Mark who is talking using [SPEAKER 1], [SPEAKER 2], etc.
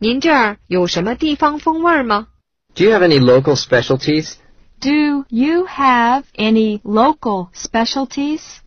[SPEAKER 1] 您这儿有什么地方风味儿吗
[SPEAKER 2] Do you have any local specialties?
[SPEAKER 3] Do you have any local specialties?